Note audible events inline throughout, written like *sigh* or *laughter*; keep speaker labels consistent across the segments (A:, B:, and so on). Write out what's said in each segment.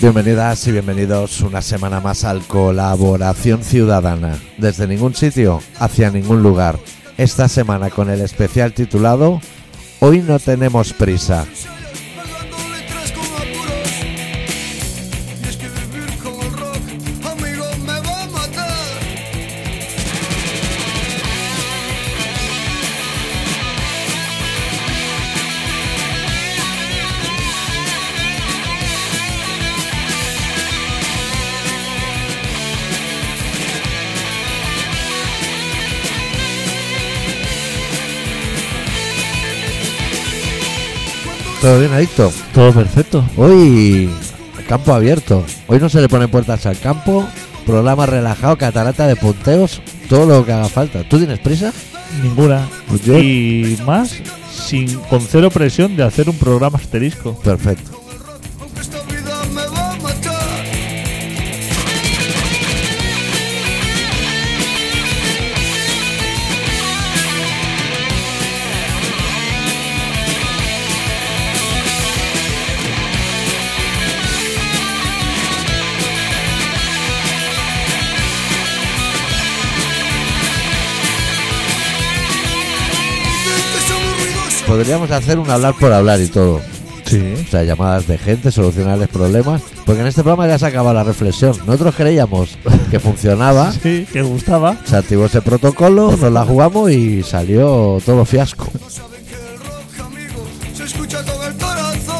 A: Bienvenidas y bienvenidos una semana más al Colaboración Ciudadana. Desde ningún sitio, hacia ningún lugar. Esta semana con el especial titulado Hoy no tenemos prisa.
B: Pagando letras con apuros Y es que vivir con el rock Amigo me va a matar
A: ¿Todo bien, Adicto?
C: Todo perfecto.
A: Hoy, campo abierto. Hoy no se le ponen puertas al campo. Programa relajado, catarata de punteos, todo lo que haga falta. ¿Tú tienes prisa?
C: Ninguna.
A: Pues yo-
C: Y más sin con cero presión de hacer un programa asterisco.
A: Perfecto.
B: Aunque esta vida me va a matar Dicen que son aburridos
A: Podríamos hacer un hablar por hablar y todo.
C: Sí.
A: O sea, llamadas de gente, solucionarles problemas. Porque en este programa ya se acaba la reflexión. Nosotros creíamos que funcionaba,
C: Sí, que gustaba.
A: se activó ese protocolo, nos la jugamos y salió todo fiasco.
B: No saben que el rock, amigo, se escucha con el corazón.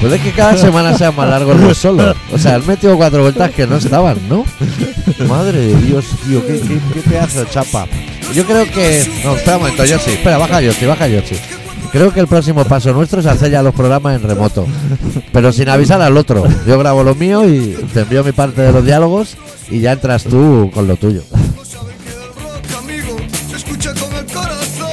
A: Pues es que cada semana sean más *laughs* largos los solos. O sea, han metido cuatro vueltas que no estaban, ¿no? Madre de Dios, tío, qué, qué- qué pedazo de chapa. Yo creo que. No, espera un momento, Yoshi. Espera, baja Yoshi, baja Yoshi. Creo que el próximo paso nuestro es hacer ya los programas en remoto. Pero sin avisar al otro. Yo grabo lo mío y te envío mi parte de los diálogos y ya entras tú con lo tuyo.
B: No saben que el rock, amigo, se escucha con el corazón.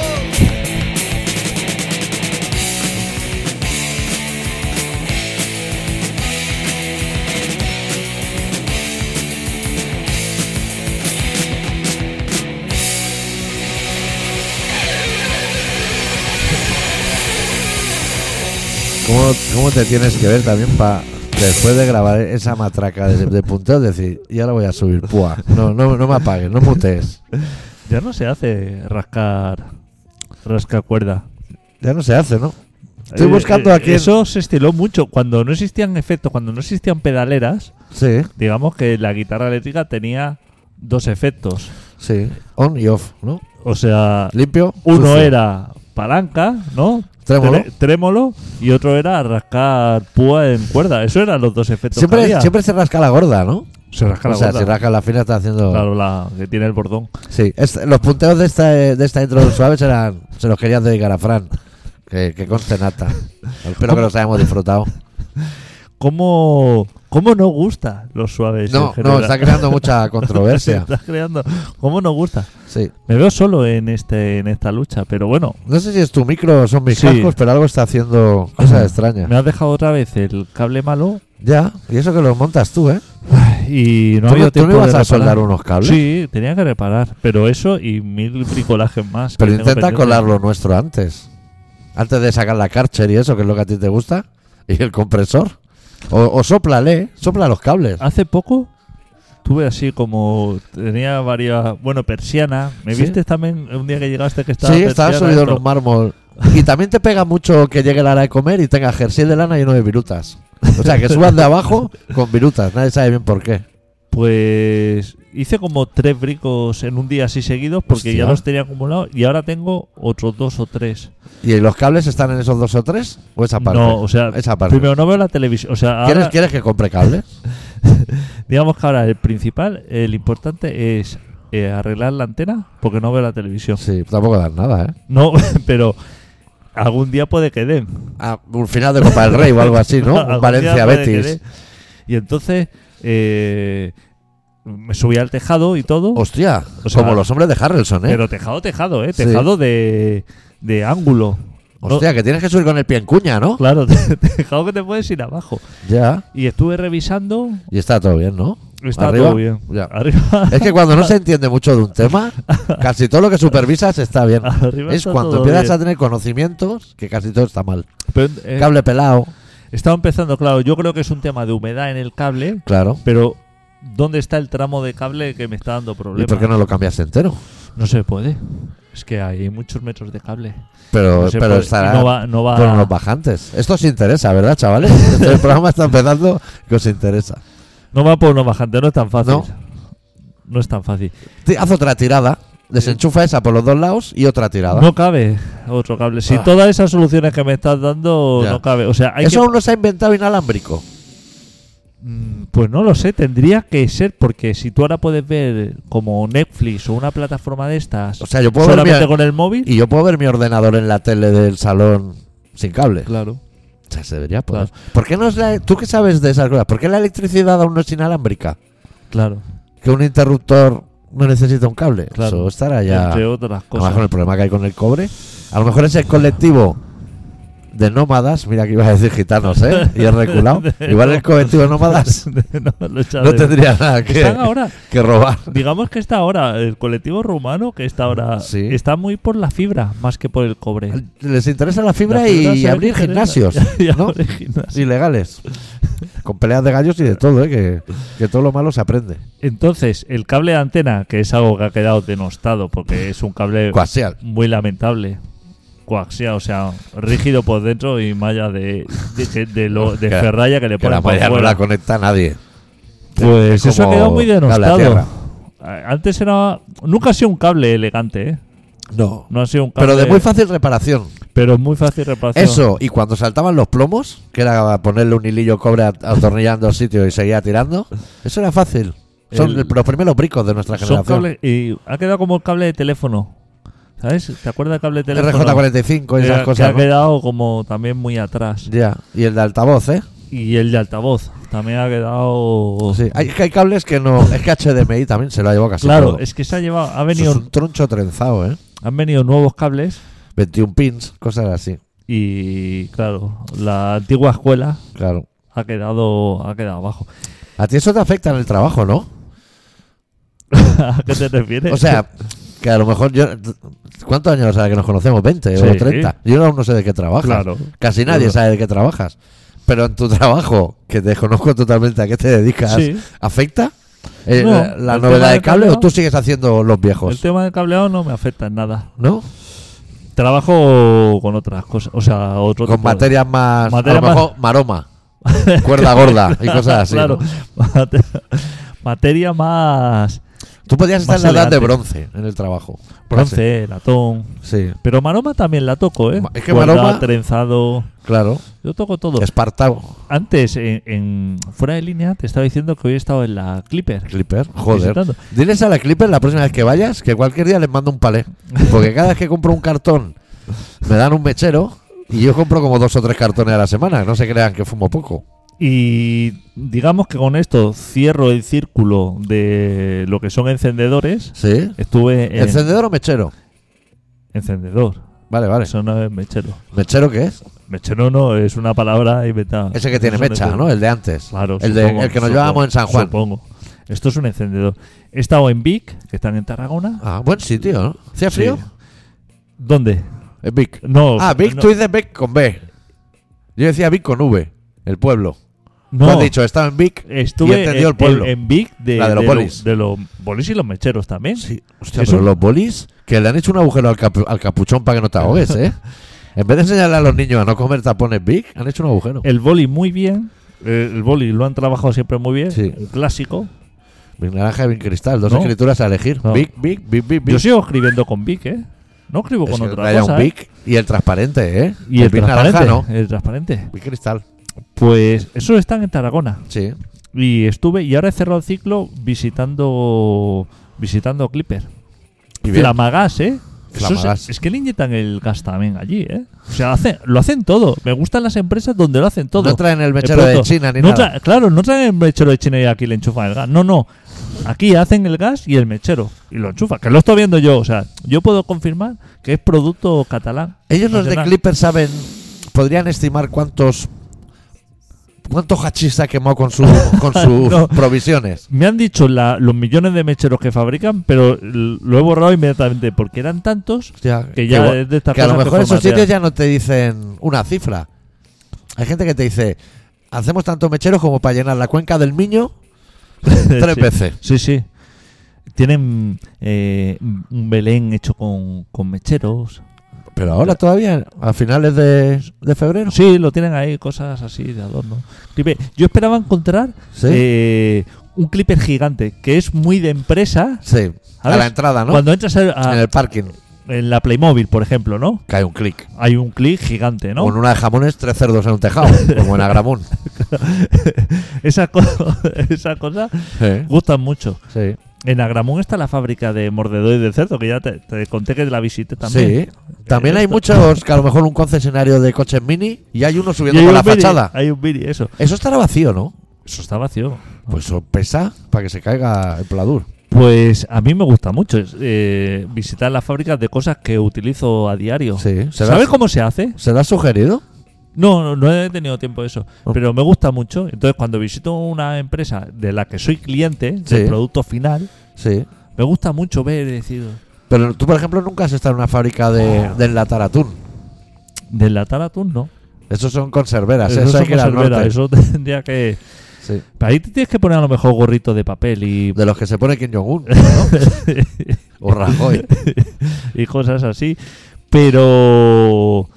A: ¿Cómo, cómo te tienes que ver también para después de grabar esa matraca de, de punteo decir, y ahora voy a subir, pua. No, no, no me apagues, no mutees.
C: Ya no se hace rascar rasca cuerda.
A: Ya no se hace, ¿no? Estoy
C: Eh,
A: buscando
C: eh,
A: aquí en-
C: Eso se estiló mucho. Cuando no existían efectos, cuando no existían pedaleras,
A: Sí,
C: digamos que la guitarra eléctrica tenía dos efectos.
A: sí. On y off, ¿no?
C: O sea,
A: Limpio.
C: uno
A: sucio.
C: era palanca, ¿no?
A: Trémolo.
C: Tre- trémolo, y otro era rascar púa en cuerda. Eso eran los dos efectos. que
A: Siempre,
C: había.
A: siempre se rasca la gorda, ¿no?
C: se rasca la
A: o sea,
C: cuerda.
A: si rasca la fina está haciendo.
C: Claro, la que tiene el bordón.
A: Sí. Este- los punteos de esta, eh, de esta intro de suaves eran. Se los querías dedicar a Fran. Que, que conste nata. Espero que los hayamos
C: *laughs*
A: disfrutado.
C: ¿Cómo, cómo no gusta los suaves?
A: No,
C: en general?
A: no, está
C: *laughs*
A: creando mucha controversia.
C: Está creando. ¿Cómo no gusta?
A: Sí.
C: Me veo solo en este en esta lucha, pero bueno.
A: No sé si es tu micro o son mis
C: Sí. Ah,
A: cascos, pero algo está haciendo cosas extrañas.
C: Me has dejado otra vez el cable malo
A: Ya, y eso que los montas tú, ¿eh?
C: y no
A: ¿Tú,
C: ha habido
A: tú no
C: tiempo
A: ibas
C: de
A: a soldar
C: reparar.
A: unos cables?
C: Sí, tenía que reparar, pero eso y mil bricolajes más. que
A: Pero
C: tengo
A: intenta
C: pendiente.
A: colar lo nuestro antes. Antes de sacar la Karcher y eso, que es lo que a ti te gusta. Y el compresor. O, o sóplale, sopla los cables.
C: Hace poco tuve así como tenía varias, bueno, persiana. ¿Me
A: Sí.
C: viste también un día que llegaste que estaba
A: sí, estaba
C: persiana,
A: subido en
C: pero-
A: los mármol. Y también te pega mucho que llegue la hora de comer y tenga jersey de lana y no de virutas. O
C: *laughs*
A: sea, que subas de abajo con virutas. Nadie sabe bien por qué.
C: Pues hice como tres bricos en un día así seguidos porque
A: Hostia.
C: ya los tenía acumulados y ahora tengo otros dos o tres.
A: ¿Y los cables están en esos dos o tres? ¿O esa parte?
C: No, o sea,
A: esa parte.
C: primero no veo la televisión. O sea,
A: ¿Quieres,
C: ahora- *laughs*
A: quieres que compre cables?
C: digamos que ahora el principal, el importante es eh, arreglar la antena porque no veo la televisión.
A: Sí, tampoco dan nada, ¿eh?
C: No, *laughs* pero algún día puede que den.
A: Ah, un final de Copa del Rey o algo así,
C: *laughs*
A: ¿no?
C: Algún día
A: Un
C: puede que
A: Valencia-Betis.
C: den. Y entonces eh, me subí al tejado y todo.
A: Hostia,
C: O sea,
A: como los hombres de Harrelson, ¿eh?
C: Pero tejado, tejado, ¿eh?
A: Sí.
C: Tejado de, de ángulo. No,
A: Hostia, que tienes que subir con el pie en cuña, ¿no?
C: claro, *laughs* tejado que te puedes ir abajo.
A: Ya.
C: Y estuve revisando.
A: Y está todo bien, ¿no?
C: Está
A: Arriba,
C: todo bien.
A: ya.
C: Arriba. *laughs*
A: Es que cuando no se entiende mucho de un tema, casi todo lo que supervisas está bien.
C: Arriba
A: Es
C: está
A: cuando
C: todo
A: empiezas
C: bien.
A: a tener conocimientos que casi todo está mal.
C: Pero, eh,
A: Cable pelado,
C: estaba empezando, claro. Yo creo que es un tema de humedad en el cable,
A: claro.
C: pero ¿dónde está el tramo de cable que me está dando problemas?
A: ¿Y por qué no lo cambias entero?
C: No se puede. Es que hay muchos metros de cable.
A: Pero,
C: No se
A: pero
C: puede.
A: estará
C: Y no va, no va-
A: con los bajantes. Esto os interesa, ¿verdad, chavales? *laughs* Este programa está empezando que os interesa.
C: no va por unos bajantes, no es tan fácil.
A: No.
C: No es tan fácil.
A: Ti- Haz otra tirada, desenchufa esa por los dos lados y otra tirada.
C: No cabe otro cable. Si
A: Ah.
C: todas esas soluciones que me estás dando
A: Ya.
C: no cabe. O sea, hay
A: Eso
C: que-
A: aún no se ha inventado inalámbrico.
C: Mm, Pues no lo sé, tendría que ser porque si tú ahora puedes ver como Netflix o una plataforma de estas
A: O sea, yo puedo ver mi,
C: solamente con el móvil.
A: y yo puedo ver mi ordenador en la tele del salón sin cable.
C: Claro.
A: O sea, se debería poder. ¿Por qué no es la- e- tú qué sabes de esas cosas? ¿Por qué la electricidad aún no es inalámbrica?
C: Claro. *laughs*
A: Que un interruptor no necesita un cable.
C: Claro.
A: Eso estará ya.
C: Entre
A: A
C: otras
A: lo mejor el
C: cosas.
A: problema que hay con el cobre. A lo mejor ese colectivo de nómadas, mira que ibas a decir gitanos, ¿eh? Y he reculado.
C: *laughs*
A: Igual el colectivo de nómadas
C: No, lo he echado
A: no
C: de-
A: tendría nada
C: Están
A: que,
C: ahora,
A: que robar.
C: digamos que está ahora, el colectivo rumano que está ahora,
A: Sí.
C: está muy por la fibra más que por el cobre.
A: Les interesa la
C: La
A: fibra,
C: fibra
A: y
C: se
A: abrir
C: interesa. *laughs*
A: gimnasios
C: Y
A: ¿no?
C: abrir gimnasios.
A: ilegales. Con peleas de gallos y de todo, ¿eh? Que, que todo lo malo se aprende.
C: Entonces, el cable de antena, que es algo que ha quedado denostado porque es un cable
A: Coaxial.
C: muy lamentable. Coaxial, o sea, rígido por dentro y malla de, de, de- de lo,
A: *laughs*
C: de
A: Que-
C: ferralla que le
A: Que la
C: ponen por
A: malla no
C: fuera.
A: la conecta a nadie.
C: Pues
A: Es
C: eso ha
A: como
C: quedado muy
A: cable a
C: denostado.
A: tierra.
C: A- Antes era. Nunca ha sido un cable elegante, ¿eh?
A: No.
C: No ha sido un cable.
A: Pero de muy fácil reparación.
C: pero muy fácil reparación.
A: Eso, y cuando saltaban los plomos, que era ponerle un hilillo cobre at- atornillando al sitio y seguía tirando, eso era fácil. Son
C: El-
A: el- los primeros bricos de nuestra
C: Son
A: generación.
C: cables- Y ha quedado como el cable de teléfono. ¿Sabes? ¿Te acuerdas del cable de teléfono? Eh,
A: RJ45 y
C: Que ha-
A: esas
C: que
A: cosas.
C: ha
A: ¿no?
C: quedado como también muy atrás.
A: Ya, y el de altavoz, ¿eh?
C: Y el de altavoz también ha quedado.
A: Sí. Hay, es que hay cables que no. Es que HDMI también se lo ha llevado casi
C: claro,
A: todo.
C: es que se ha llevado. Ha
A: Eso
C: venido,
A: es un troncho trenzado, ¿eh?
C: han venido nuevos cables
A: 21 pins, cosas así,
C: y, claro, la antigua escuela
A: claro.
C: ha quedado, ha quedado abajo. *laughs*
A: A ti eso te afecta en el trabajo, ¿no?
C: ¿A qué te refieres?
A: O sea, que a lo mejor yo. ¿Cuántos años hace que nos conocemos? ¿20
C: Sí.
A: o 30? Yo aún no sé de qué trabajas.
C: Claro.
A: Casi nadie
C: Claro.
A: sabe de qué trabajas. Pero en tu trabajo, que desconozco totalmente a qué te dedicas,
C: Sí.
A: ¿afecta eh,
C: No,
A: la, la
C: el tema
A: novedad
C: del
A: de cable
C: cable
A: o
C: no.
A: tú sigues haciendo los
C: el
A: viejos?
C: tema del cableado no me afecta en nada.
A: ¿No?
C: Trabajo con otras cosas, o sea, otro
A: Con
C: tipo de-
A: materias más.
C: Materia
A: a lo
C: más-
A: mejor maroma, cuerda gorda y cosas
C: *laughs*
A: así.
C: Claro.
A: ¿no? Pues
C: Mate- Materia más
A: Tú podías estar
C: Más
A: en la edad de
C: elegante.
A: bronce en el trabajo.
C: bronce, latón.
A: Sí,
C: Pero maroma también la toco, ¿eh?
A: Ma- es que
C: Cuerda,
A: maroma-
C: trenzado.
A: claro.
C: Yo toco todo.
A: Espartago.
C: Antes, en, en- fuera de línea, te estaba diciendo que hoy he estado en la Clipper.
A: Clipper, joder.
C: Visitando.
A: Diles a la Clipper la próxima vez que vayas que cualquier día les mando un palé. Porque cada vez que compro un cartón me dan un mechero y yo compro como dos o tres cartones a la semana. No se crean que fumo poco.
C: Y digamos que con esto cierro el círculo de lo que son encendedores.
A: ¿Sí?
C: Estuve
A: Eh.
C: en
A: ¿Encendedor o mechero?
C: encendedor.
A: Vale, vale.
C: Eso no es mechero.
A: ¿Mechero qué es?
C: Mechero no es una palabra inventada.
A: Ese que tiene
C: Eso es un
A: mecha,
C: encendedor.
A: ¿no? El de antes.
C: Claro,
A: el, de,
C: supongo,
A: el que nos
C: supongo,
A: llevábamos en San Juan.
C: Supongo. Esto es un encendedor. He estado en Vic, que están en Tarragona.
A: Ah, buen sitio, ¿no? ¿Hacía
C: Sí.
A: frío?
C: ¿Dónde?
A: Es Vic.
C: No.
A: ah, Vic,
C: no,
A: tú dices Vic con B. Yo decía Vic con V, el pueblo. Tú
C: No.
A: has dicho, estaba en Vic.
C: Estuve
A: Y entendió
C: en,
A: el pueblo.
C: en- en Vic de,
A: La de los
C: lo-
A: bolis.
C: de los bolis y los mecheros también.
A: Sí, hostia,
C: Es
A: pero
C: un-
A: los bolis que le han hecho un agujero al, capu- al capuchón para que no te ahogues,
C: *laughs*
A: ¿eh? en vez de enseñarle a los niños a no comer tapones Big, han hecho un agujero.
C: El boli muy bien. eh, El boli lo han trabajado siempre muy bien.
A: Sí.
C: Un clásico.
A: Big naranja y Big cristal, dos
C: No.
A: escrituras a elegir.
C: No.
A: Big, Big, Big, Big, Big.
C: Yo sigo escribiendo con Vic, ¿eh? No escribo
A: Es
C: con
A: que
C: otra
A: haya
C: cosa.
A: un
C: ¿eh?
A: Big y el transparente, ¿eh?
C: Y el,
A: Big
C: transparente.
A: naranja no.
C: El transparente.
A: Big cristal,
C: Pues eso están en Tarragona.
A: sí.
C: Y estuve, y ahora he cerrado el ciclo visitando visitando Clipper.
A: Y bien.
C: Flamagas, ¿eh? Eso se-
A: Flamagas.
C: es que le inyectan el gas también allí, ¿eh? O sea, hace- lo hacen todo. Me gustan las empresas donde lo hacen todo.
A: No traen el
C: De
A: mechero de,
C: pronto,
A: China ni
C: no
A: nada.
C: tra- Claro, no traen el mechero de China y aquí le enchufan el gas. No, no. Aquí hacen el gas y el mechero. Y lo enchufa. Que lo estoy viendo yo. O sea, yo puedo confirmar que es producto catalán.
A: Ellos los de
C: nacional.
A: Clipper saben, podrían estimar cuántos cuántos hachís ha quemado con,
C: *laughs*
A: su, con sus
C: No.
A: provisiones.
C: Me han dicho la- los millones de mecheros que fabrican, pero l- lo he borrado inmediatamente porque eran tantos *laughs*
A: Hostia,
C: que ya
A: gua-
C: es de estas
A: que a lo
C: cosas
A: mejor esos
C: formateas.
A: sitios ya no te dicen una cifra. Hay gente que te dice, hacemos tantos mecheros como para llenar la cuenca del Miño *laughs* tres
C: *laughs* Sí.
A: veces.
C: Sí, sí. Tienen eh, un Belén hecho con, con mecheros.
A: Pero ahora todavía, a finales de, de febrero.
C: Sí, lo tienen ahí, cosas así de adorno. Clipper. Yo esperaba encontrar
A: Sí.
C: eh, un clipper gigante, que es muy de empresa.
A: Sí, a
C: ¿Sabes?
A: la entrada, Ah, ¿no?
C: Cuando entras a- a-
A: En el parking
C: en la Playmobil, por ejemplo, ¿no?
A: cae un clic.
C: Hay un clic gigante, ¿no?
A: Con una de jamones, tres cerdos en un tejado,
C: *laughs*
A: como en Agramón.
C: Esa, co- *laughs* esa cosa
A: Sí,
C: gustan mucho.
A: sí.
C: En Agramón está la fábrica de mordedores de cerdo, que ya te, te conté que la visité también.
A: Sí. También hay
C: Esto-
A: muchos, que a lo mejor un concesionario de coches mini y hay uno
C: Y
A: subiendo
C: hay
A: por
C: un
A: la
C: Mini,
A: fachada.
C: Hay un Mini, eso.
A: Eso estará vacío, ¿no?
C: Eso está vacío.
A: Pues eso pesa para que se caiga el pladur.
C: Pues a mí me gusta mucho es, eh, visitar las fábricas de cosas que utilizo a diario.
A: Sí. ¿Será,
C: ¿Sabes cómo se hace?
A: ¿Será sugerido?
C: No, no, no he tenido tiempo de eso,
A: Oh.
C: pero me gusta mucho. Entonces, cuando visito una empresa de la que soy cliente,
A: Sí.
C: del producto final,
A: Sí.
C: me gusta mucho ver y decir,
A: Pero tú, por ejemplo, nunca has estado en una fábrica de,
C: Ah.
A: de enlatar atún.
C: deslatar atún, ¿no.
A: Esos son conserveras. Eso,
C: son
A: hay que ir al
C: conserveras,
A: norte.
C: eso *laughs* tendría que...
A: Sí.
C: Ahí te tienes que poner a lo mejor gorrito de papel y,
A: De los que se pone Kim
C: *laughs*
A: Jong-un, ¿no? o Rajoy.
C: y cosas así. Pero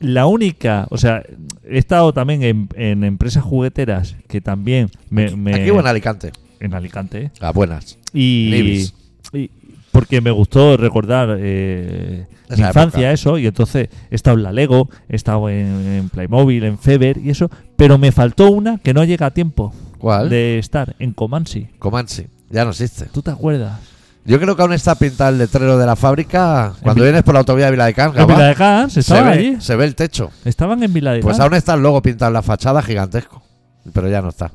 C: la única, o sea, he estado también en, en empresas jugueteras que también me... me-
A: Aquí o en Alicante.
C: en Alicante, ¿eh?
A: Ah, buenas. En
C: Y,
A: Ibis.
C: y- porque me gustó recordar eh,
A: Esa
C: mi
A: época.
C: infancia, eso, y entonces he estado en la Lego, he estado en, en Playmobil, en Feber y eso, pero me faltó una que no llega a tiempo
A: ¿Cuál?
C: de estar en Comansi.
A: Comanche. Ya no existe.
C: ¿Tú te acuerdas?
A: Yo creo que aún está pintado el letrero de la fábrica cuando
C: Vila-
A: vienes por la autovía de Vila de Cans,
C: En
A: Gabá,
C: Vila de Cans,
A: se,
C: estaban allí.
A: ve, se ve el techo.
C: Estaban en Vila de
A: Pues
C: Cans.
A: aún está el logo pintado en la fachada gigantesco. Pero ya no está.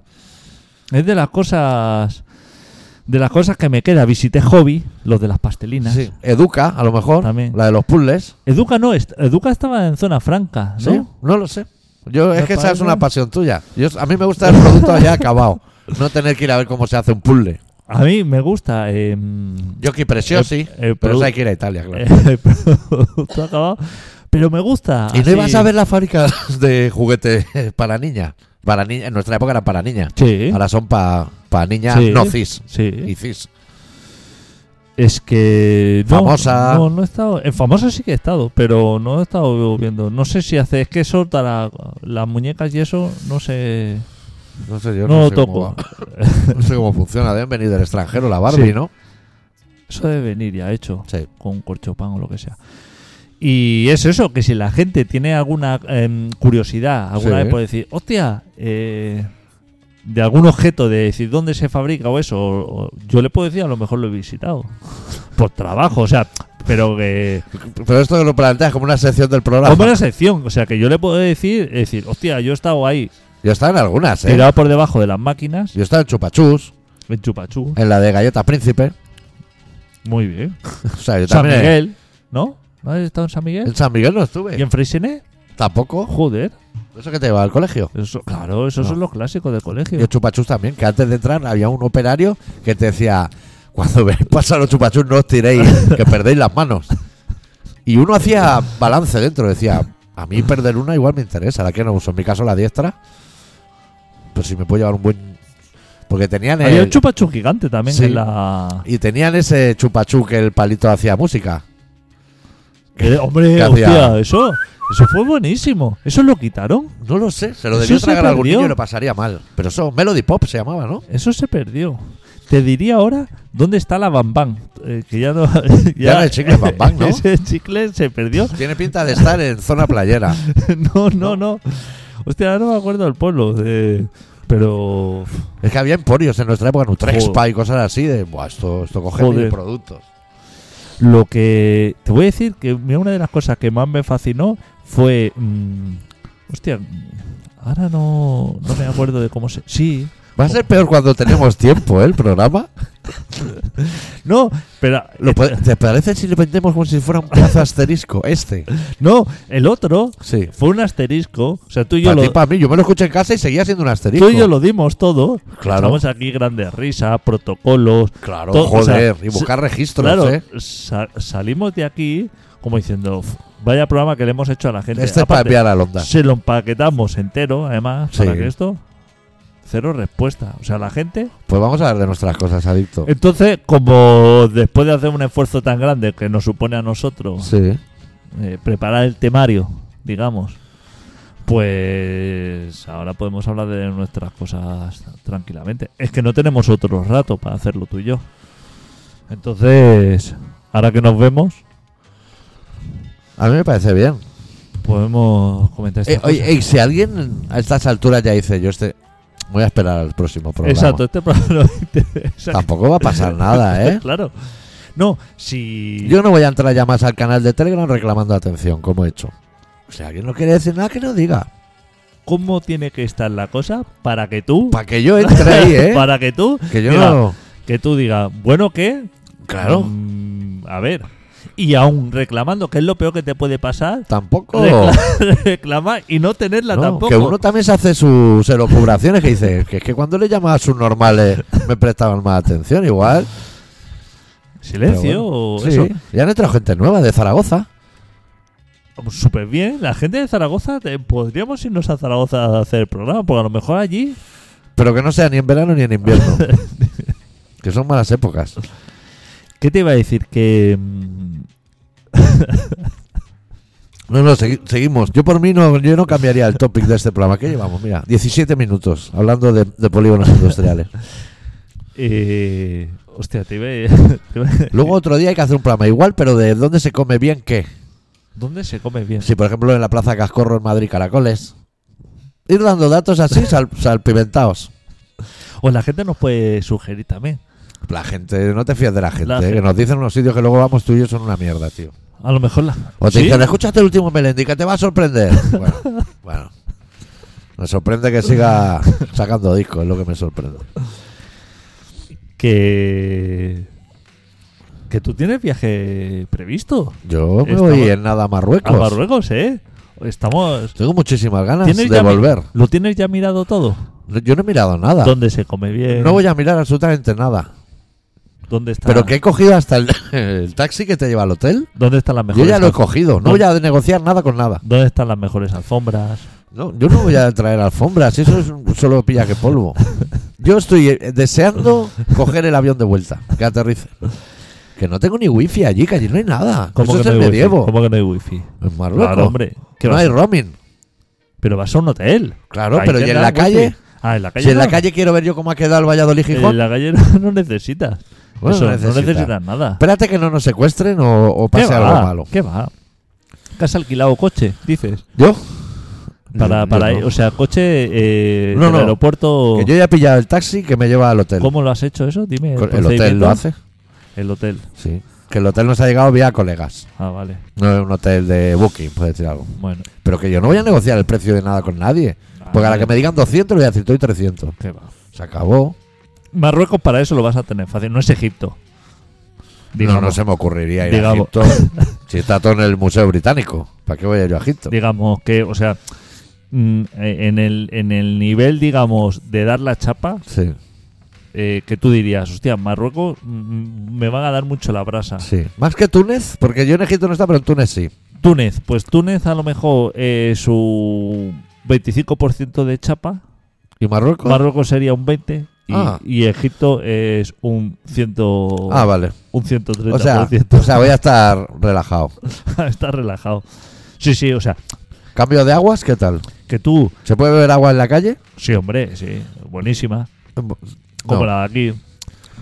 C: Es de las cosas. De las cosas que me queda. Visité Hobby, los de las pastelinas.
A: Sí. Educa, a lo mejor,
C: También.
A: la de los puzzles.
C: Educa no, est- Educa estaba en zona franca,
A: ¿Sí?
C: ¿no?
A: No, lo sé. Yo, es
C: Me
A: que esa es
C: parece-
A: una pasión tuya. Yo, a mí me gusta el producto ya acabado. No tener que ir a ver cómo se hace un puzzle.
C: A mí me gusta. em,
A: Yo que preciosi,
C: El- el
A: pero
C: produ-
A: eso hay que ir a Italia, claro.
C: *laughs* Eh, producto acabado. Pero me gusta.
A: ¿Y no
C: así.
A: ibas a ver la fábrica de juguetes para niña? Para niña, en nuestra época era para niña.
C: Sí.
A: Ahora son para niña
C: Sí.
A: no cis.
C: Sí.
A: Y cis.
C: Es que. no,
A: Famosa.
C: No, no he estado. En famosa sí que he estado, pero no he estado viendo. No sé si hace. Es que eso, para las muñecas y eso, no sé.
A: No sé, yo
C: no
A: no,
C: lo
A: sé
C: toco.
A: Cómo va. No sé cómo funciona. Deben venir del extranjero la Barbie,
C: Sí.
A: ¿no?
C: Eso debe venir ya hecho.
A: Sí.
C: Con un corchopán o lo que sea. Y es eso, que si la gente tiene alguna em, curiosidad, alguna
A: Sí.
C: vez por decir, hostia, eh, de algún objeto, de decir dónde se fabrica o eso, o- o- yo le puedo decir, a lo mejor lo he visitado. *laughs* Por trabajo, o sea, pero que.
A: Pero esto lo planteas como una sección del programa.
C: Como una sección, o sea, que yo le puedo decir, es decir, hostia, yo he estado ahí,
A: Yo estaba en algunas, ¿eh?
C: tirado por debajo de las máquinas,
A: Yo Eh. estaba en Chupachus,
C: en Chupachú,
A: en la de Galletas Príncipe. *laughs*
C: muy bien.
A: O sea, yo
C: San
A: también.
C: Miguel, ¿no? ¿No has estado en San Miguel?
A: En San Miguel no
C: ¿Y
A: estuve.
C: en Freisené?
A: Tampoco.
C: Joder.
A: Eso que te llevaba al colegio.
C: Eso, claro, esos
A: No.
C: son los clásicos del colegio.
A: Y en Chupachus también, que antes de entrar había un operario que te decía: Cuando veáis pasar los Chupachus, no os tiréis, que perdéis las manos. Y uno hacía balance dentro, decía: A mí perder una igual me interesa, la que no uso. En mi caso, la diestra. Pero si me puedo llevar un buen. Porque tenían
C: Había
A: el-
C: un chupachu gigante también
A: Sí.
C: en la.
A: Y tenían ese chupachú que el palito hacía música.
C: Eh, hombre,
A: ¿Qué hacía?
C: hostia, eso, eso fue buenísimo. ¿Eso lo quitaron?
A: No lo sé, se lo
C: Eso
A: debió
C: se
A: tragar a algún
C: perdió.
A: niño y lo pasaría mal. Pero eso, Melody Pop se llamaba, ¿no?
C: Eso se perdió. Te diría ahora dónde está la Bambam. que ya no. *laughs*
A: Ya no hay chicle Bam Bam, ¿no?
C: Ese chicle se perdió. *laughs*
A: Tiene pinta de estar en zona playera.
C: no, no, no. Hostia, ahora no me acuerdo del pueblo. eh, Pero.
A: Es que había emporios en nuestra época, en Utrexpa
C: Joder.
A: y cosas así, de, Buah, esto, esto coge mil
C: Joder.
A: productos.
C: Lo que te voy a decir que mira, una de las cosas que más me fascinó fue. mm, hostia, ahora no, no me acuerdo de cómo se. Sí,
A: Va a ser peor cuando tenemos tiempo, ¿eh? El programa.
C: no, pero.
A: Lo puede- ¿Te parece si lo vendemos como si fuera un pedazo de asterisco? Este.
C: *laughs* No, el otro
A: Sí.
C: fue un asterisco. O sea, tú y yo
A: Para
C: lo.
A: ti, para mí. Yo me lo escuché en casa y seguía siendo un asterisco.
C: Tú y yo lo dimos todo.
A: Claro.
C: Estamos aquí grandes risas, protocolos.
A: Claro,
C: to- o
A: joder.
C: sea,
A: y buscar registros,
C: claro,
A: ¿eh?
C: sa- salimos de aquí como diciendo, "Uf, vaya programa que le hemos hecho a la gente.
A: Este es para
C: Aparte,
A: enviar a Londra.
C: se lo empaquetamos entero, además,
A: Sí.
C: para que esto. Cero respuesta. O sea, la gente.
A: Pues vamos a hablar de nuestras cosas, adicto.
C: Entonces, como después de hacer un esfuerzo tan grande que nos supone a nosotros
A: Sí.
C: eh, preparar el temario, digamos, pues ahora podemos hablar de nuestras cosas tranquilamente. Es que no tenemos otro rato para hacerlo tú y yo. Entonces, ahora que nos vemos,
A: A mí me parece bien.
C: podemos comentar
A: Eh,
C: estas
A: oye,
C: cosas.
A: ey, si alguien a estas alturas ya dice, yo este. Voy a esperar al próximo eh, programa.
C: Exacto, este programa. *laughs* Exacto.
A: Tampoco va a pasar nada, ¿eh?
C: *laughs* Claro. No, si.
A: Yo no voy a entrar ya más al canal de Telegram reclamando atención, como he hecho. O sea, que no quiere decir nada que no diga.
C: ¿Cómo tiene que estar la cosa para que tú.
A: Para que yo entre ahí, ¿eh?
C: *laughs* para que tú.
A: que yo
C: Mira,
A: no.
C: que tú digas, bueno, ¿qué?
A: Claro.
C: Mm, a ver. Y aún reclamando, que es lo peor que te puede pasar,
A: Tampoco.
C: recla- *laughs* reclamar y no tenerla
A: no,
C: tampoco.
A: Que uno también se hace sus elucubraciones que dice, que es que cuando le llamaba a sus normales me prestaban más atención,
C: *laughs*
A: igual. pero
C: Silencio
A: bueno.
C: o
A: Sí,
C: eso.
A: Ya han entrado gente nueva de Zaragoza.
C: Súper bien. La gente de Zaragoza, te- podríamos irnos a Zaragoza a hacer el programa, porque a lo mejor allí
A: Pero que no sea ni en verano ni en
C: *laughs*
A: invierno. que son malas épocas.
C: ¿Qué te iba a decir? Que. mm,
A: No, no, segui- seguimos. Yo por mí no, yo no cambiaría el topic de este programa. ¿Qué llevamos? Mira, 17 minutos hablando de, de polígonos industriales.
C: eh, hostia, te iba, a- *laughs* te iba a-
A: Luego otro día hay que hacer un programa igual, pero de dónde se come bien qué.
C: ¿Dónde se come bien?
A: Si por ejemplo en la Plaza Cascorro en Madrid Caracoles. Ir dando datos así sal- salpimentados.
C: O la gente nos puede sugerir también.
A: La gente, no te fíes de la gente,
C: La
A: eh, que
C: gente.
A: nos dicen unos sitios que luego vamos tú y yo son una mierda, tío.
C: A lo mejor la.
A: O te
C: ¿Sí?
A: dicen, escúchate el último Melendi, que te va a sorprender. bueno, *laughs* bueno. Me sorprende que siga sacando discos, es lo que me sorprende.
C: que que tú tienes viaje previsto
A: Yo me
C: Estamos-
A: voy en nada a
C: a
A: Marruecos.
C: Marruecos, ¿eh? Estamos
A: Tengo muchísimas ganas
C: ¿Tienes
A: de
C: ya mi-
A: volver.
C: ¿Lo tienes ya mirado todo?
A: No- Yo no he mirado nada.
C: ¿Dónde se come bien?
A: No voy a mirar absolutamente nada.
C: ¿Dónde está?
A: Pero que he cogido hasta el, *laughs* el taxi que te lleva al hotel.
C: ¿Dónde están las
A: Yo
C: mejores?
A: ya lo he
C: alf-
A: cogido. No
C: ¿Dónde-
A: voy a negociar nada con nada.
C: ¿Dónde están las mejores alfombras?
A: No, yo no voy a traer alfombras. Eso es un- solo pilla que polvo. Yo estoy eh, deseando coger el avión de vuelta. Que aterrice. Que no tengo ni wifi allí, que allí no hay nada. Eso es
C: no
A: el
C: hay
A: medievo.
C: wifi? ¿Cómo que no hay wifi?
A: En Marruecos.
C: Claro, hombre. ¿Qué
A: no
C: vas a-
A: hay roaming.
C: Pero vas a un hotel.
A: Claro,
C: Ahí
A: pero ¿y en la
C: tendrás
A: calle?
C: wifi. Ah, en la calle.
A: Si en la
C: no.
A: calle quiero ver yo cómo ha quedado el Valladolid Gijón.
C: En la calle *laughs* no, no necesitas.
A: Bueno,
C: Eso,
A: no
C: no
A: necesita.
C: necesitas nada.
A: Espérate que no nos secuestren o, o pase
C: ¿Qué
A: algo
C: va?
A: malo.
C: ¿Qué va? ¿Que has alquilado coche? Dices.
A: ¿Yo?
C: Para,
A: Yo
C: para
A: no.
C: ir- o sea, coche eh,
A: No,
C: del
A: no.
C: aeropuerto.
A: Que yo ya he pillado el taxi que me lleva al hotel.
C: ¿Cómo lo has hecho eso? Dime.
A: Co- ¿El hotel
C: procedimiento.
A: lo hace?
C: El hotel.
A: Sí. Que el hotel nos ha llegado vía colegas.
C: Ah, vale.
A: No es un hotel de booking, puede decir algo.
C: Bueno.
A: Pero que yo no voy a negociar el precio de nada con nadie. Porque a
C: Ah.
A: la que me digan 200 le voy a decir, estoy 300.
C: ¿Qué va?
A: Se acabó.
C: Marruecos para eso lo vas a tener fácil. No es Egipto. Digamos.
A: No, no se me ocurriría ir
C: Digamos. *laughs*
A: a Egipto. si está todo en el Museo Británico. ¿Para qué voy a ir yo a Egipto?
C: Digamos que, o sea, mm, eh, en el, en el nivel, digamos, de dar la chapa,
A: Sí,
C: eh, que tú dirías, hostia, Marruecos mm, me van a dar mucho la brasa.
A: sí. Más que Túnez, porque yo en Egipto no está, pero en Túnez sí.
C: Túnez, pues Túnez a lo mejor eh, su 25% de chapa.
A: ¿Y Marruecos?
C: Marruecos sería un 20 y,
A: Ah.
C: y Egipto es un 100
A: ah, vale.
C: un 130%.
A: O sea, o
C: *laughs*
A: sea, voy a estar relajado.
C: Ah, está relajado. Sí, sí, o sea,
A: Cambio de aguas, ¿qué tal?
C: que tú,
A: ¿Se puede beber agua en la calle?
C: sí, hombre, sí, buenísima,
A: No.
C: como la de aquí.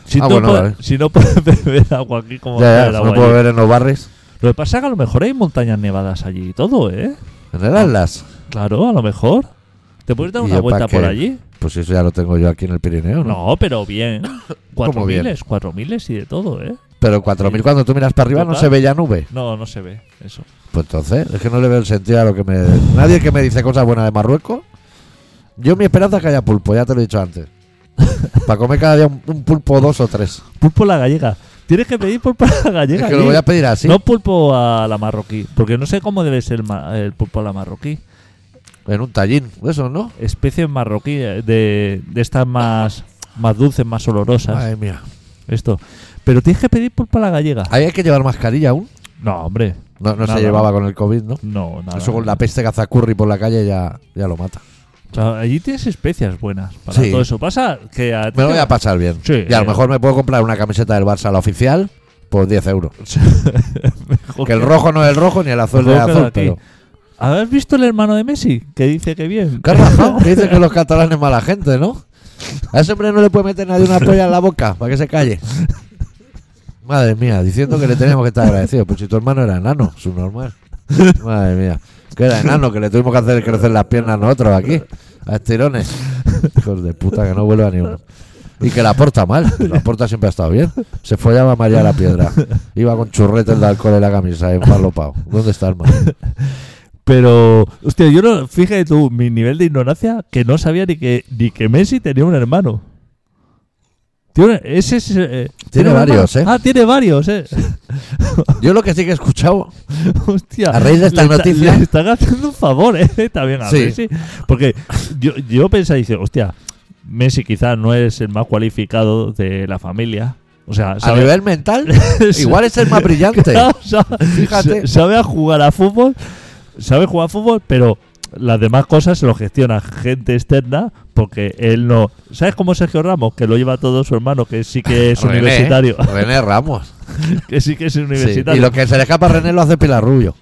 C: Si,
A: Ah,
C: tú
A: bueno,
C: puedes-
A: vale.
C: si no puedes *laughs* beber agua aquí, como
A: Ya, ya,
C: beber
A: no
C: agua
A: puedo
C: allí?
A: beber en los barrios.
C: Lo que pasa es que a lo mejor hay montañas nevadas allí y todo, ¿eh?
A: En el Atlas.
C: Claro, a lo mejor. ¿Te puedes dar
A: ¿Y
C: una
A: yo pa'
C: vuelta
A: qué?
C: por allí?
A: Pues eso ya lo tengo yo aquí en el Pirineo, ¿no?
C: No, pero bien. Cuatro
A: *coughs* ¿Cómo bien?
C: miles, cuatro miles y de todo, ¿eh?
A: Pero 4.000 cuando tú miras para arriba no
C: Total.
A: se ve ya nube.
C: No, no se ve eso.
A: Pues entonces, es que no le veo el sentido a lo que me... Nadie que me dice cosas buenas de Marruecos. Yo mi esperanza es que haya pulpo, ya te lo he dicho
C: *laughs*
A: antes. para comer cada día un, un pulpo dos o tres.
C: Pulpo a la gallega. Tienes que pedir pulpo a la gallega.
A: es que lo
C: tío.
A: voy a pedir así.
C: No pulpo a la marroquí, porque no sé cómo debe ser el, ma- el pulpo a la marroquí.
A: En un tallín, eso, ¿no?
C: Especies marroquí eh, de, de estas más, más dulces, más olorosas.
A: Madre mía.
C: Esto. Pero tienes que pedir pulpo a la gallega.
A: Ahí hay que llevar mascarilla aún.
C: No, hombre.
A: No, no
C: Nada.
A: se llevaba con el COVID, ¿no?
C: No, nada.
A: Eso con la peste que hace a Curry por la calle ya, ya lo mata.
C: O sea, allí tienes especias buenas para
A: Sí.
C: todo eso. Pasa que a ti
A: Me lo
C: te-
A: voy
C: *laughs*
A: a pasar bien.
C: Sí,
A: y a lo
C: eh.
A: mejor me puedo comprar una camiseta del Barça, la oficial, por 10
C: *laughs*
A: euros.
C: Mejor
A: Que el
C: que-
A: rojo no es el rojo ni el azul no es el
C: Rojo de
A: azul,
C: aquí.
A: pero.
C: ¿Has visto el hermano de Messi? Que dice que bien.
A: ¿Qué
C: *laughs*
A: razón? Que dice que los catalanes mala gente, ¿no? A ese hombre no le puede meter nadie una polla en la boca para que se calle. Madre mía, diciendo que le teníamos que estar agradecidos. Pues si tu hermano era enano, subnormal. Madre mía, que era enano, que le tuvimos que hacer crecer las piernas nosotros aquí, a estirones. Hijos de puta, que no vuelva ni uno. Y que la porta mal, la porta siempre ha estado bien. Se follaba a María la Piedra. Iba con churretes de alcohol en la camisa, empalopado. ¿Dónde está el man?
C: Pero, hostia, yo no, fíjate tú, mi nivel de ignorancia, que no sabía ni que, ni que Messi tenía un hermano. Tiene, ese es, eh, un
A: varios,
C: hermano.
A: ¿eh?
C: Ah, tiene varios, ¿eh?
A: Yo lo que sí que he escuchado
C: *laughs* Hostia.
A: A raíz de esta
C: le está-
A: noticia-
C: le están haciendo un favor, ¿eh? *laughs* También a
A: Sí.
C: Messi. Porque yo, yo pensaba, dice, hostia, Messi quizás no es el más cualificado de la familia. O sea,
A: A
C: sabe,
A: nivel
C: *laughs*
A: mental, igual es el más brillante.
C: Claro, sabe,
A: Este, Fíjate.
C: sa- sabe a jugar a fútbol, sabe jugar a fútbol, pero las demás cosas se lo gestiona gente externa porque él no. ¿Sabes cómo Sergio Ramos? Que lo lleva todo su hermano, que sí que *laughs* es
A: René,
C: universitario.
A: René Ramos.
C: que sí que es
A: ¿eh? Sí, Y
C: *laughs* universitario.
A: lo que se le escapa a René lo hace Pilar Rubio.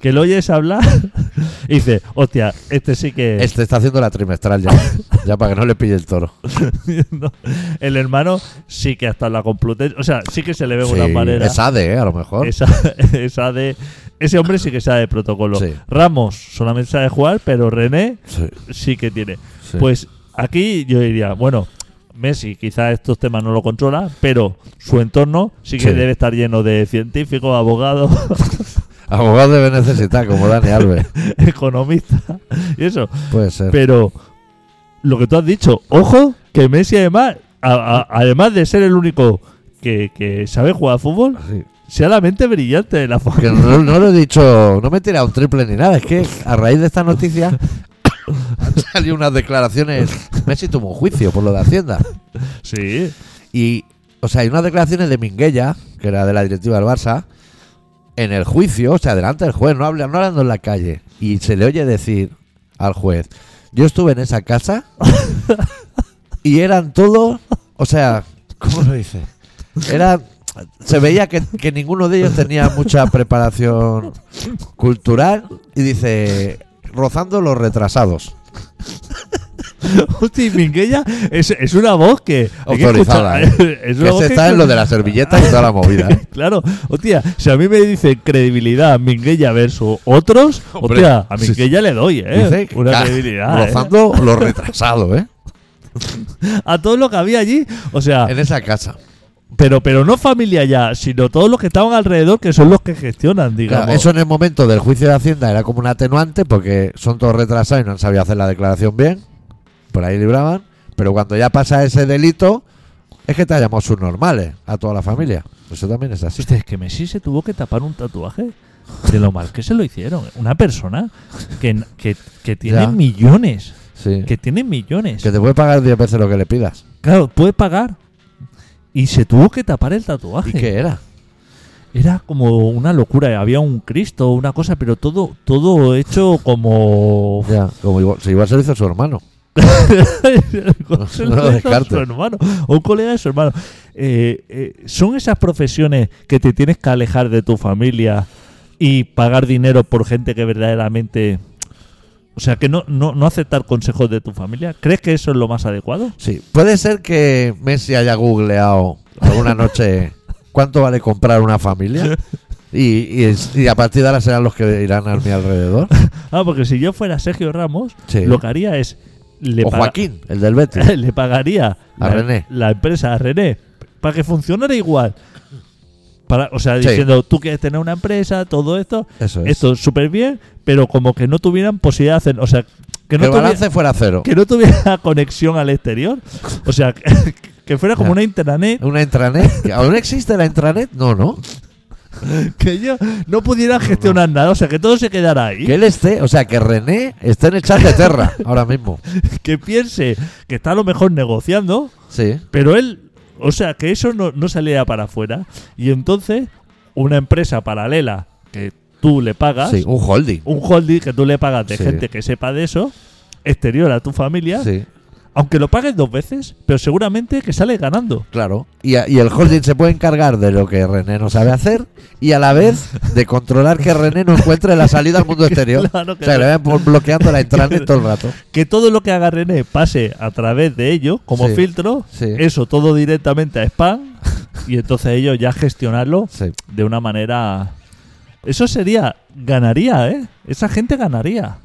C: Que lo oyes hablar *laughs* y dice, hostia, este sí que.
A: Este está haciendo la trimestral ya. ya para que no le pille el toro.
C: *laughs* No, el hermano sí que hasta la Complutense. O sea, sí que se le ve
A: Sí,
C: una manera.
A: es ADE, eh, a lo mejor.
C: Esa, *laughs* esa de. Ese hombre sí que sabe de protocolo.
A: Sí.
C: Ramos solamente sabe jugar, pero René
A: Sí,
C: sí que tiene.
A: sí.
C: Pues aquí yo diría, bueno, Messi quizás estos temas no lo controla, pero su entorno sí que
A: Sí.
C: debe estar lleno de científicos, abogados, *laughs*
A: Abogado debe necesitar, como Dani Alves.
C: economistas y eso.
A: Puede ser.
C: Pero lo que tú has dicho, ojo, que Messi además, a- a- además de ser el único que, que sabe jugar a fútbol,
A: Sí.
C: sea la mente brillante de la
A: Que
C: familia.
A: no, no lo he dicho, no me he tirado un triple ni nada. Es que a raíz de esta noticia
C: *laughs*
A: han salido unas declaraciones. Messi tuvo un juicio por lo de Hacienda.
C: *laughs* Sí,
A: Y, o sea, hay unas declaraciones de Minguella, que era de la directiva del Barça, en el juicio, o sea, delante del juez, no, habla, no hablando en la calle. Y se le oye decir al juez, yo estuve en esa casa y eran todos, o sea, ¿cómo lo dice? Era, se veía que, que ninguno de ellos tenía mucha preparación cultural y dice, rozando los retrasados.
C: Hostia, y Minguella es, es una voz que. hay que
A: Autorizada, ¿eh?
C: escuchar- *laughs* es
A: Que
C: una voz
A: se está en lo de la servilleta y toda la movida. ¿eh?
C: *laughs* Claro, hostia, si a mí me dicen credibilidad Minguella versus otros,
A: Hombre,
C: hostia, a
A: sí,
C: Minguella le doy, ¿eh?
A: Dice,
C: Una
A: ca-
C: credibilidad. ¿eh?
A: Rozando lo retrasado, ¿eh?
C: A todo lo que había allí, o sea,
A: En esa casa.
C: pero pero no familia ya, sino todos los que estaban alrededor, que son los que gestionan, digamos.
A: Claro, eso en el momento del juicio de Hacienda era como un atenuante porque son todos retrasados y no han sabido hacer la declaración bien. Por ahí libraban. Pero cuando ya pasa ese delito, es que te hallamos subnormales a toda la familia. Eso también es así.
C: Hostia, es que Messi se tuvo que tapar un tatuaje de lo mal que se lo hicieron. Una persona que, que, que tiene
A: Ya.
C: millones,
A: Sí.
C: que tiene millones.
A: Que te puede pagar 10 veces lo que le pidas.
C: Claro, puede pagar. Y se tuvo que tapar el tatuaje.
A: ¿Y qué era?
C: Era como una locura. Había un Cristo, una cosa, pero todo, todo hecho
A: *laughs*
C: como. *laughs*
A: Ya, como igual, si igual se lo hizo su hermano.
C: Con
A: No lo descartes.
C: su hermano, o un colega de su hermano. Eh, eh, son esas profesiones que te tienes que alejar de tu familia y pagar dinero por gente que verdaderamente. O sea, que no, no, no aceptar consejos de tu familia. ¿Crees que eso es lo más adecuado?
A: Sí. Puede ser que Messi haya googleado alguna noche cuánto vale comprar una
C: *laughs*
A: familia. Y, y- y a partir de ahora serán los que irán a mi alrededor.
C: Ah, porque si yo fuera Sergio Ramos,
A: Sí.
C: lo que haría es le
A: o
C: paga-
A: Joaquín, el del
C: *laughs*
A: Betis.
C: le pagaría
A: A
C: la,
A: René.
C: la empresa a René para que funcionara igual. Para, o sea,
A: Sí.
C: diciendo, tú quieres tener una empresa, todo esto,
A: Eso es.
C: esto súper bien, pero como que no tuvieran posibilidad de hacer, o sea, que
A: que
C: no,
A: el
C: tuviera,
A: balance fuera cero.
C: *laughs* que no tuviera *laughs* conexión al exterior. O sea, *laughs* que, que fuera como
A: Ya.
C: una intranet
A: Una intranet. que ¿Aún existe la intranet? No, no.
C: *laughs* que ellos no pudieran gestionar nada, o sea, que todo se quedara ahí.
A: Que él esté, o sea, que René esté en el chat de
C: *laughs*
A: Terra ahora mismo.
C: Que piense que está a lo mejor negociando,
A: Sí.
C: Pero él, o sea, que eso no, no salía para afuera. Y entonces, una empresa paralela que tú le pagas,
A: Sí, un holding.
C: un holding que tú le pagas de
A: Sí.
C: gente que sepa de eso, exterior a tu familia,
A: Sí,
C: aunque lo pagues dos veces, pero seguramente que sale ganando.
A: claro. Y, a- y el holding se puede encargar de lo que René no sabe hacer y a la vez de controlar que René no encuentre la salida al
C: *laughs*
A: mundo exterior.
C: Claro
A: o
C: que
A: sea, que
C: no.
A: le vayan por- bloqueando la intranet todo el rato.
C: Que todo lo que haga René pase a través de ellos como
A: Sí.
C: filtro,
A: Sí.
C: eso todo directamente a spam, y entonces ellos ya gestionarlo
A: Sí.
C: de una manera... Eso sería, ganaría, ¿eh? Esa gente ganaría.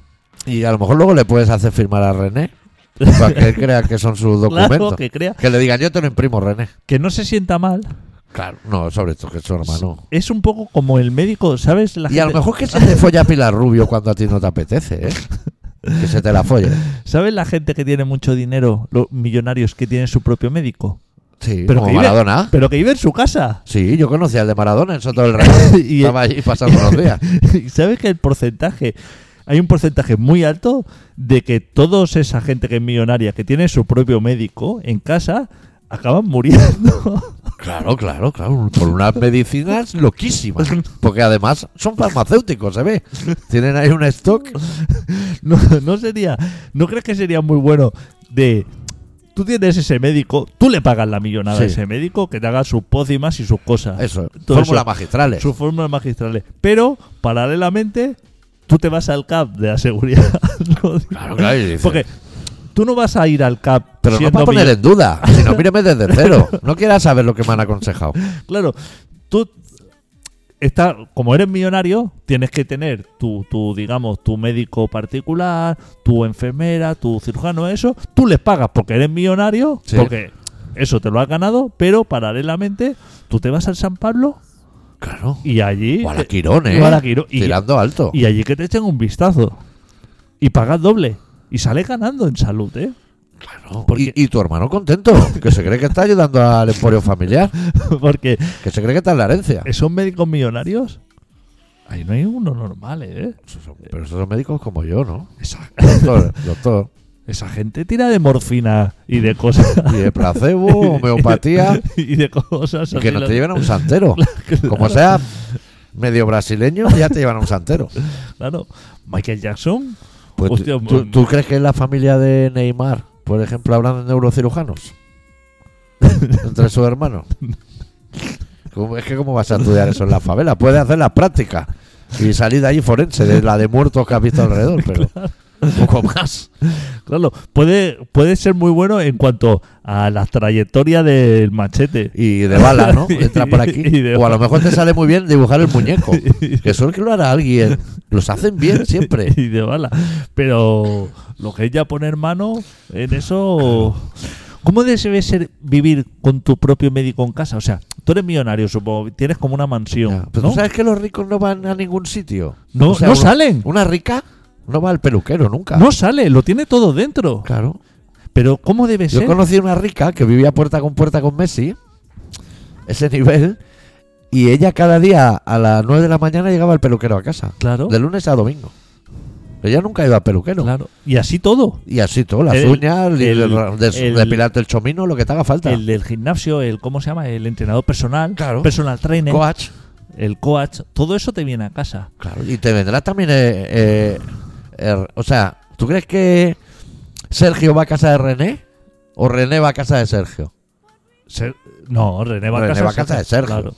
A: Y a lo mejor luego le puedes hacer firmar a René para que él crea que son sus documentos.
C: *laughs* Claro, que crea.
A: Que le digan, yo te lo imprimo, René.
C: que no se sienta mal
A: Claro. No, sobre todo que es su hermano.
C: es un poco como el médico, ¿sabes? La
A: Y a lo
C: gente-
A: mejor que se te folla a Pilar Rubio cuando a ti no te apetece, ¿eh? Que se te la folle.
C: ¿Sabes la gente que tiene mucho dinero, los millonarios que tienen su propio médico?
A: Sí,
C: Pero
A: como
C: que vive-
A: Maradona.
C: Pero que vive en su casa. *laughs*
A: Sí, yo conocía al de Maradona en Soto del Rey.
C: Y-
A: Estaba allí pasando los días.
C: *laughs* Y ¿Sabes que el porcentaje? Hay un porcentaje muy alto de que toda esa gente que es millonaria, que tiene su propio médico en casa, acaban muriendo. *laughs*
A: Claro, claro, claro. Por unas medicinas loquísimas. Porque además son farmacéuticos, se ve. Tienen ahí un stock.
C: no, no sería, ¿no crees que sería muy bueno de tú tienes ese médico, tú le pagas la millonada
A: Sí.
C: a ese médico que te haga sus pócimas y sus cosas?
A: Eso,
C: Todo
A: fórmulas
C: eso.
A: magistrales.
C: sus fórmulas magistrales. Pero, paralelamente, tú te vas al CAP de la seguridad. *laughs* ¿no?
A: Claro, claro, y dices-
C: Porque tú no vas a ir al CAP
A: Pero no
C: siendo
A: para poner
C: millo-
A: en
C: *laughs*
A: duda, sino míreme desde cero. No quieras saber lo que me han aconsejado.
C: Claro, tú... Está, como eres millonario, tienes que tener tu, tu, digamos, tu médico particular, tu enfermera, tu cirujano, eso. Tú les pagas porque eres millonario,
A: Sí.
C: porque eso te lo has ganado, pero paralelamente tú te vas al San Pablo
A: Claro.
C: y allí...
A: O a la Quirón, ¿eh?
C: o a la Quirón. Y-
A: Tirando alto.
C: Y allí que te echen un vistazo. Y pagas doble. Y sale ganando en salud, ¿eh? *laughs*
A: Claro.
C: porque-
A: Y, y tu hermano contento, que se cree que está ayudando al emporio familiar,
C: Porque
A: que se cree que está en la herencia.
C: esos médicos millonarios. Ahí no hay uno normal, ¿eh?
A: Esos son- Pero esos son médicos como yo, ¿no? Doctor, doctor.
C: Esa gente tira de morfina y de cosas.
A: *laughs* Y de
C: *laughs*
A: placebo, Oh, homeopatía.
C: y de cosas
A: Y que
C: así,
A: no
C: la-
A: te lleven a un
C: *laughs*
A: santero. Como sea medio brasileño, ya te llevan a un santero.
C: Claro. Michael Jackson.
A: Pues tú-
C: Hostia,
A: tú,
C: mm.
A: tú crees que en la familia de Neymar, por ejemplo, hablan de
C: *laughs*
A: neurocirujanos? Entre sus hermanos. ¿Cómo- Es que cómo vas a estudiar eso en la favela. Puedes hacer las prácticas y salir de ahí forense, de la de muertos que has visto alrededor, pero un poco más.
C: Claro. Puede, puede ser muy bueno en cuanto a la trayectoria del machete.
A: Y de bala,
C: *laughs*
A: ¿no? Entra por
C: Y
A: aquí.
C: de
A: O a lo mejor te sale muy bien dibujar el
C: *laughs*
A: muñeco. Que solo que lo hará alguien. Los hacen bien siempre.
C: *laughs* y de bala. Pero lo que es ya poner mano en eso. ¿Cómo debe ser vivir con tu propio médico en casa? O sea, tú eres millonario, supongo, tienes como una
A: Ya,
C: mansión.
A: pero
C: ¿no?
A: tú sabes que los ricos no van a ningún sitio.
C: No- no salen.
A: Una rica no va al peluquero nunca.
C: No sale, lo tiene todo dentro.
A: Claro.
C: Pero ¿cómo debe
A: Yo
C: ser?
A: conocí una rica que vivía puerta con puerta con Messi, ese nivel, y ella cada día a las 9 de la mañana llegaba al peluquero a casa.
C: Claro,
A: De lunes a domingo. Ella nunca iba al peluquero.
C: claro. Y así todo.
A: Y así todo, las
C: El-
A: uñas, y
C: el-
A: de- de-
C: el-
A: depilarte el chomino, lo que te haga falta.
C: El del gimnasio, el ¿cómo se llama? El entrenador personal,
A: Claro.
C: personal trainer,
A: coach.
C: el coach, todo eso te viene a casa.
A: Claro, y te vendrá también. eh, eh, eh, o sea, ¿tú crees que Sergio va a casa de René? ¿O René va a casa de Sergio?
C: Ser- no, René va a
A: René
C: casa,
A: va a casa de Sergio.
C: Claro.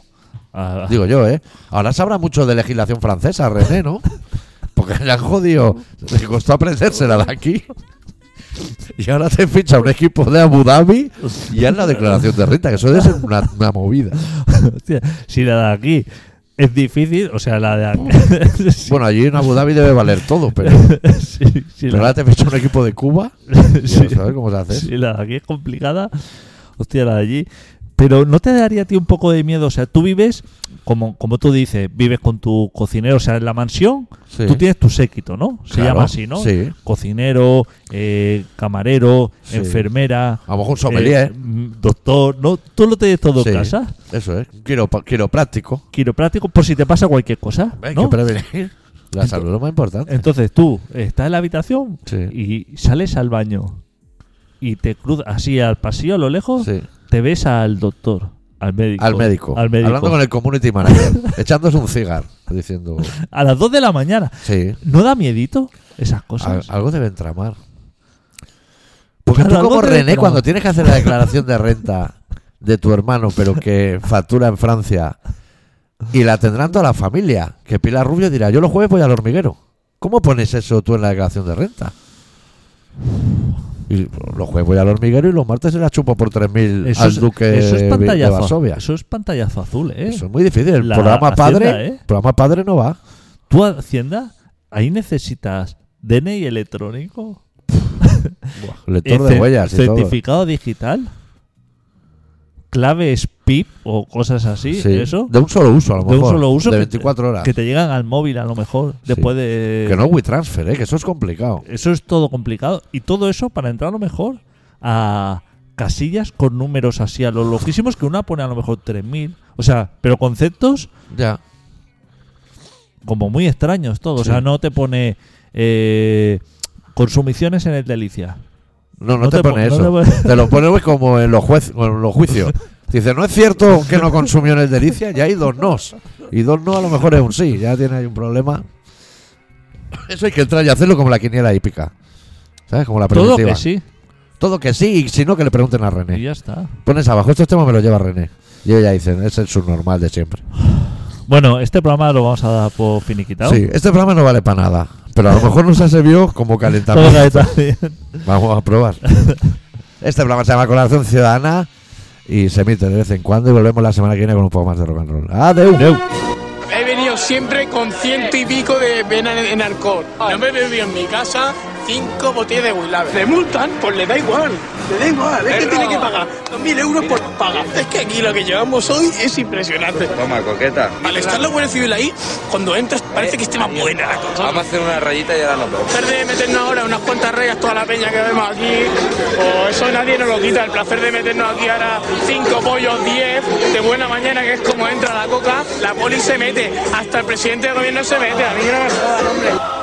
C: Ah,
A: Digo yo, ¿eh? Ahora sabrá mucho de legislación francesa, René, ¿no? Porque le han jodido. Le costó aprendérsela de aquí. Y ahora te ficha un equipo de Abu Dhabi y es la declaración de Rita, que eso debe ser una, una movida.
C: Hostia, si la de aquí es difícil, o sea, la de... ac- sí, *laughs*
A: Bueno, allí en Abu Dhabi debe valer todo, pero,
C: sí, sí,
A: pero
C: la- *laughs*
A: ahora te ficha un equipo de Cuba.
C: sí.
A: Quiero saber cómo se hace. eso.
C: Sí, la de aquí es complicada. Hostia, la de allí. Pero ¿no te daría a ti un poco de miedo? O sea, tú vives, como, como tú dices, vives con tu cocinero, o sea, en la mansión,
A: Sí.
C: tú tienes tu séquito, ¿no? Se
A: Claro,
C: llama así, ¿no?
A: sí.
C: Cocinero, eh, camarero,
A: Sí.
C: enfermera.
A: A lo mejor un sommelier.
C: eh, mm, doctor, ¿no? Tú lo tienes todo
A: Sí,
C: en casa.
A: Eso es. Quiero, quiero práctico.
C: Quiropráctico, por si te pasa cualquier cosa.
A: Hay
C: ¿no?
A: que prevenir. La salud es lo más importante.
C: *laughs* Entonces tú estás en la habitación
A: Sí.
C: y sales al baño y te cruzas así al pasillo a lo lejos,
A: Sí.
C: te ves al doctor, al médico.
A: Al médico.
C: Al médico.
A: Hablando con el community manager. echándose un cigar. Diciendo.
C: A las 2 de la mañana.
A: Sí.
C: ¿No da miedito esas cosas?
A: al- algo deben tramar. Porque tú,
C: Claro,
A: como
C: algo deben
A: René,
C: tramar.
A: cuando tienes que hacer la declaración de renta de tu hermano, pero que factura en Francia, y la tendrán toda la familia, que Pilar Rubio dirá: Yo los jueves voy al hormiguero. ¿Cómo pones eso tú en la declaración de renta? Y los jueves voy al hormiguero y los martes se la chupo por 3.000 al duque
C: eso es
A: de- de
C: pantallazo,
A: Varsovia.
C: Eso es pantallazo azul, ¿eh?
A: Eso es muy difícil. El
C: La
A: programa
C: Hacienda,
A: padre,
C: ¿eh?
A: programa padre no va.
C: Tú, Hacienda, ahí necesitas
A: *laughs*
C: DNI electrónico,
A: Lector
C: eh,
A: de huellas y todo.
C: certificado digital, claves PIP o cosas así,
A: Sí.
C: eso.
A: De un solo uso, a lo
C: de
A: mejor.
C: un solo uso
A: De
C: que-
A: 24 horas.
C: que te llegan al móvil a lo mejor después de
A: Que no WeTransfer, ¿eh? que eso es complicado.
C: eso es todo complicado y todo eso para entrar a lo mejor a casillas con números así a los loquísimos que una pone a lo mejor 3000 o sea pero conceptos
A: Ya.
C: como muy extraños todos o sea
A: Sí.
C: no te pone eh, consumiciones en el delicia
A: No, no,
C: No
A: te,
C: te
A: pone
C: po-
A: eso.
C: no te pone-
A: Te lo pone güey, como en los, juez, en los juicios. Dice, no es cierto que no consumió en el Delicia, ya hay dos nos. Y dos no a lo mejor es un sí, ya tiene ahí un problema. Eso hay que entrar y hacerlo como la quiniela hípica. ¿Sabes? Como la
C: todo
A: preventiva.
C: que sí
A: Todo que sí, y si no, que le pregunten a René.
C: y ya está
A: Pones abajo, estos temas me los lleva René. Y ella dice, es el subnormal de siempre.
C: bueno este programa lo vamos a dar por finiquitado
A: Sí, este programa no vale para nada. Pero a lo mejor nos ha servido como
C: Todo
A: calentamiento.
C: que está bien.
A: Vamos a probar. *laughs* Este programa se llama Colaboración Ciudadana y se emite de vez en cuando y volvemos la semana que viene con un poco más de rock and roll. ¡Adeu!
D: He venido siempre con ciento y pico de vena en, en alcohol. No me he bebido en mi casa cinco botellas de Willabe. Le multan, pues le da igual. Le da igual, es que tiene que pagar. Dos mil euros por pagar. Es que aquí lo que llevamos hoy es impresionante.
E: Toma, coqueta.
D: Al estar la Guardia Civil ahí, cuando entras parece que esté más buena la cosa.
E: Vamos a hacer una rayita y ahora nos vemos.
D: placer de meternos ahora unas cuantas rayas toda la peña que vemos aquí, o eso nadie nos lo quita, el placer de meternos aquí ahora cinco pollos, diez, de buena mañana, que es como entra la coca, la poli se mete, hasta el presidente del gobierno se mete, a mí no me jodan, hombre.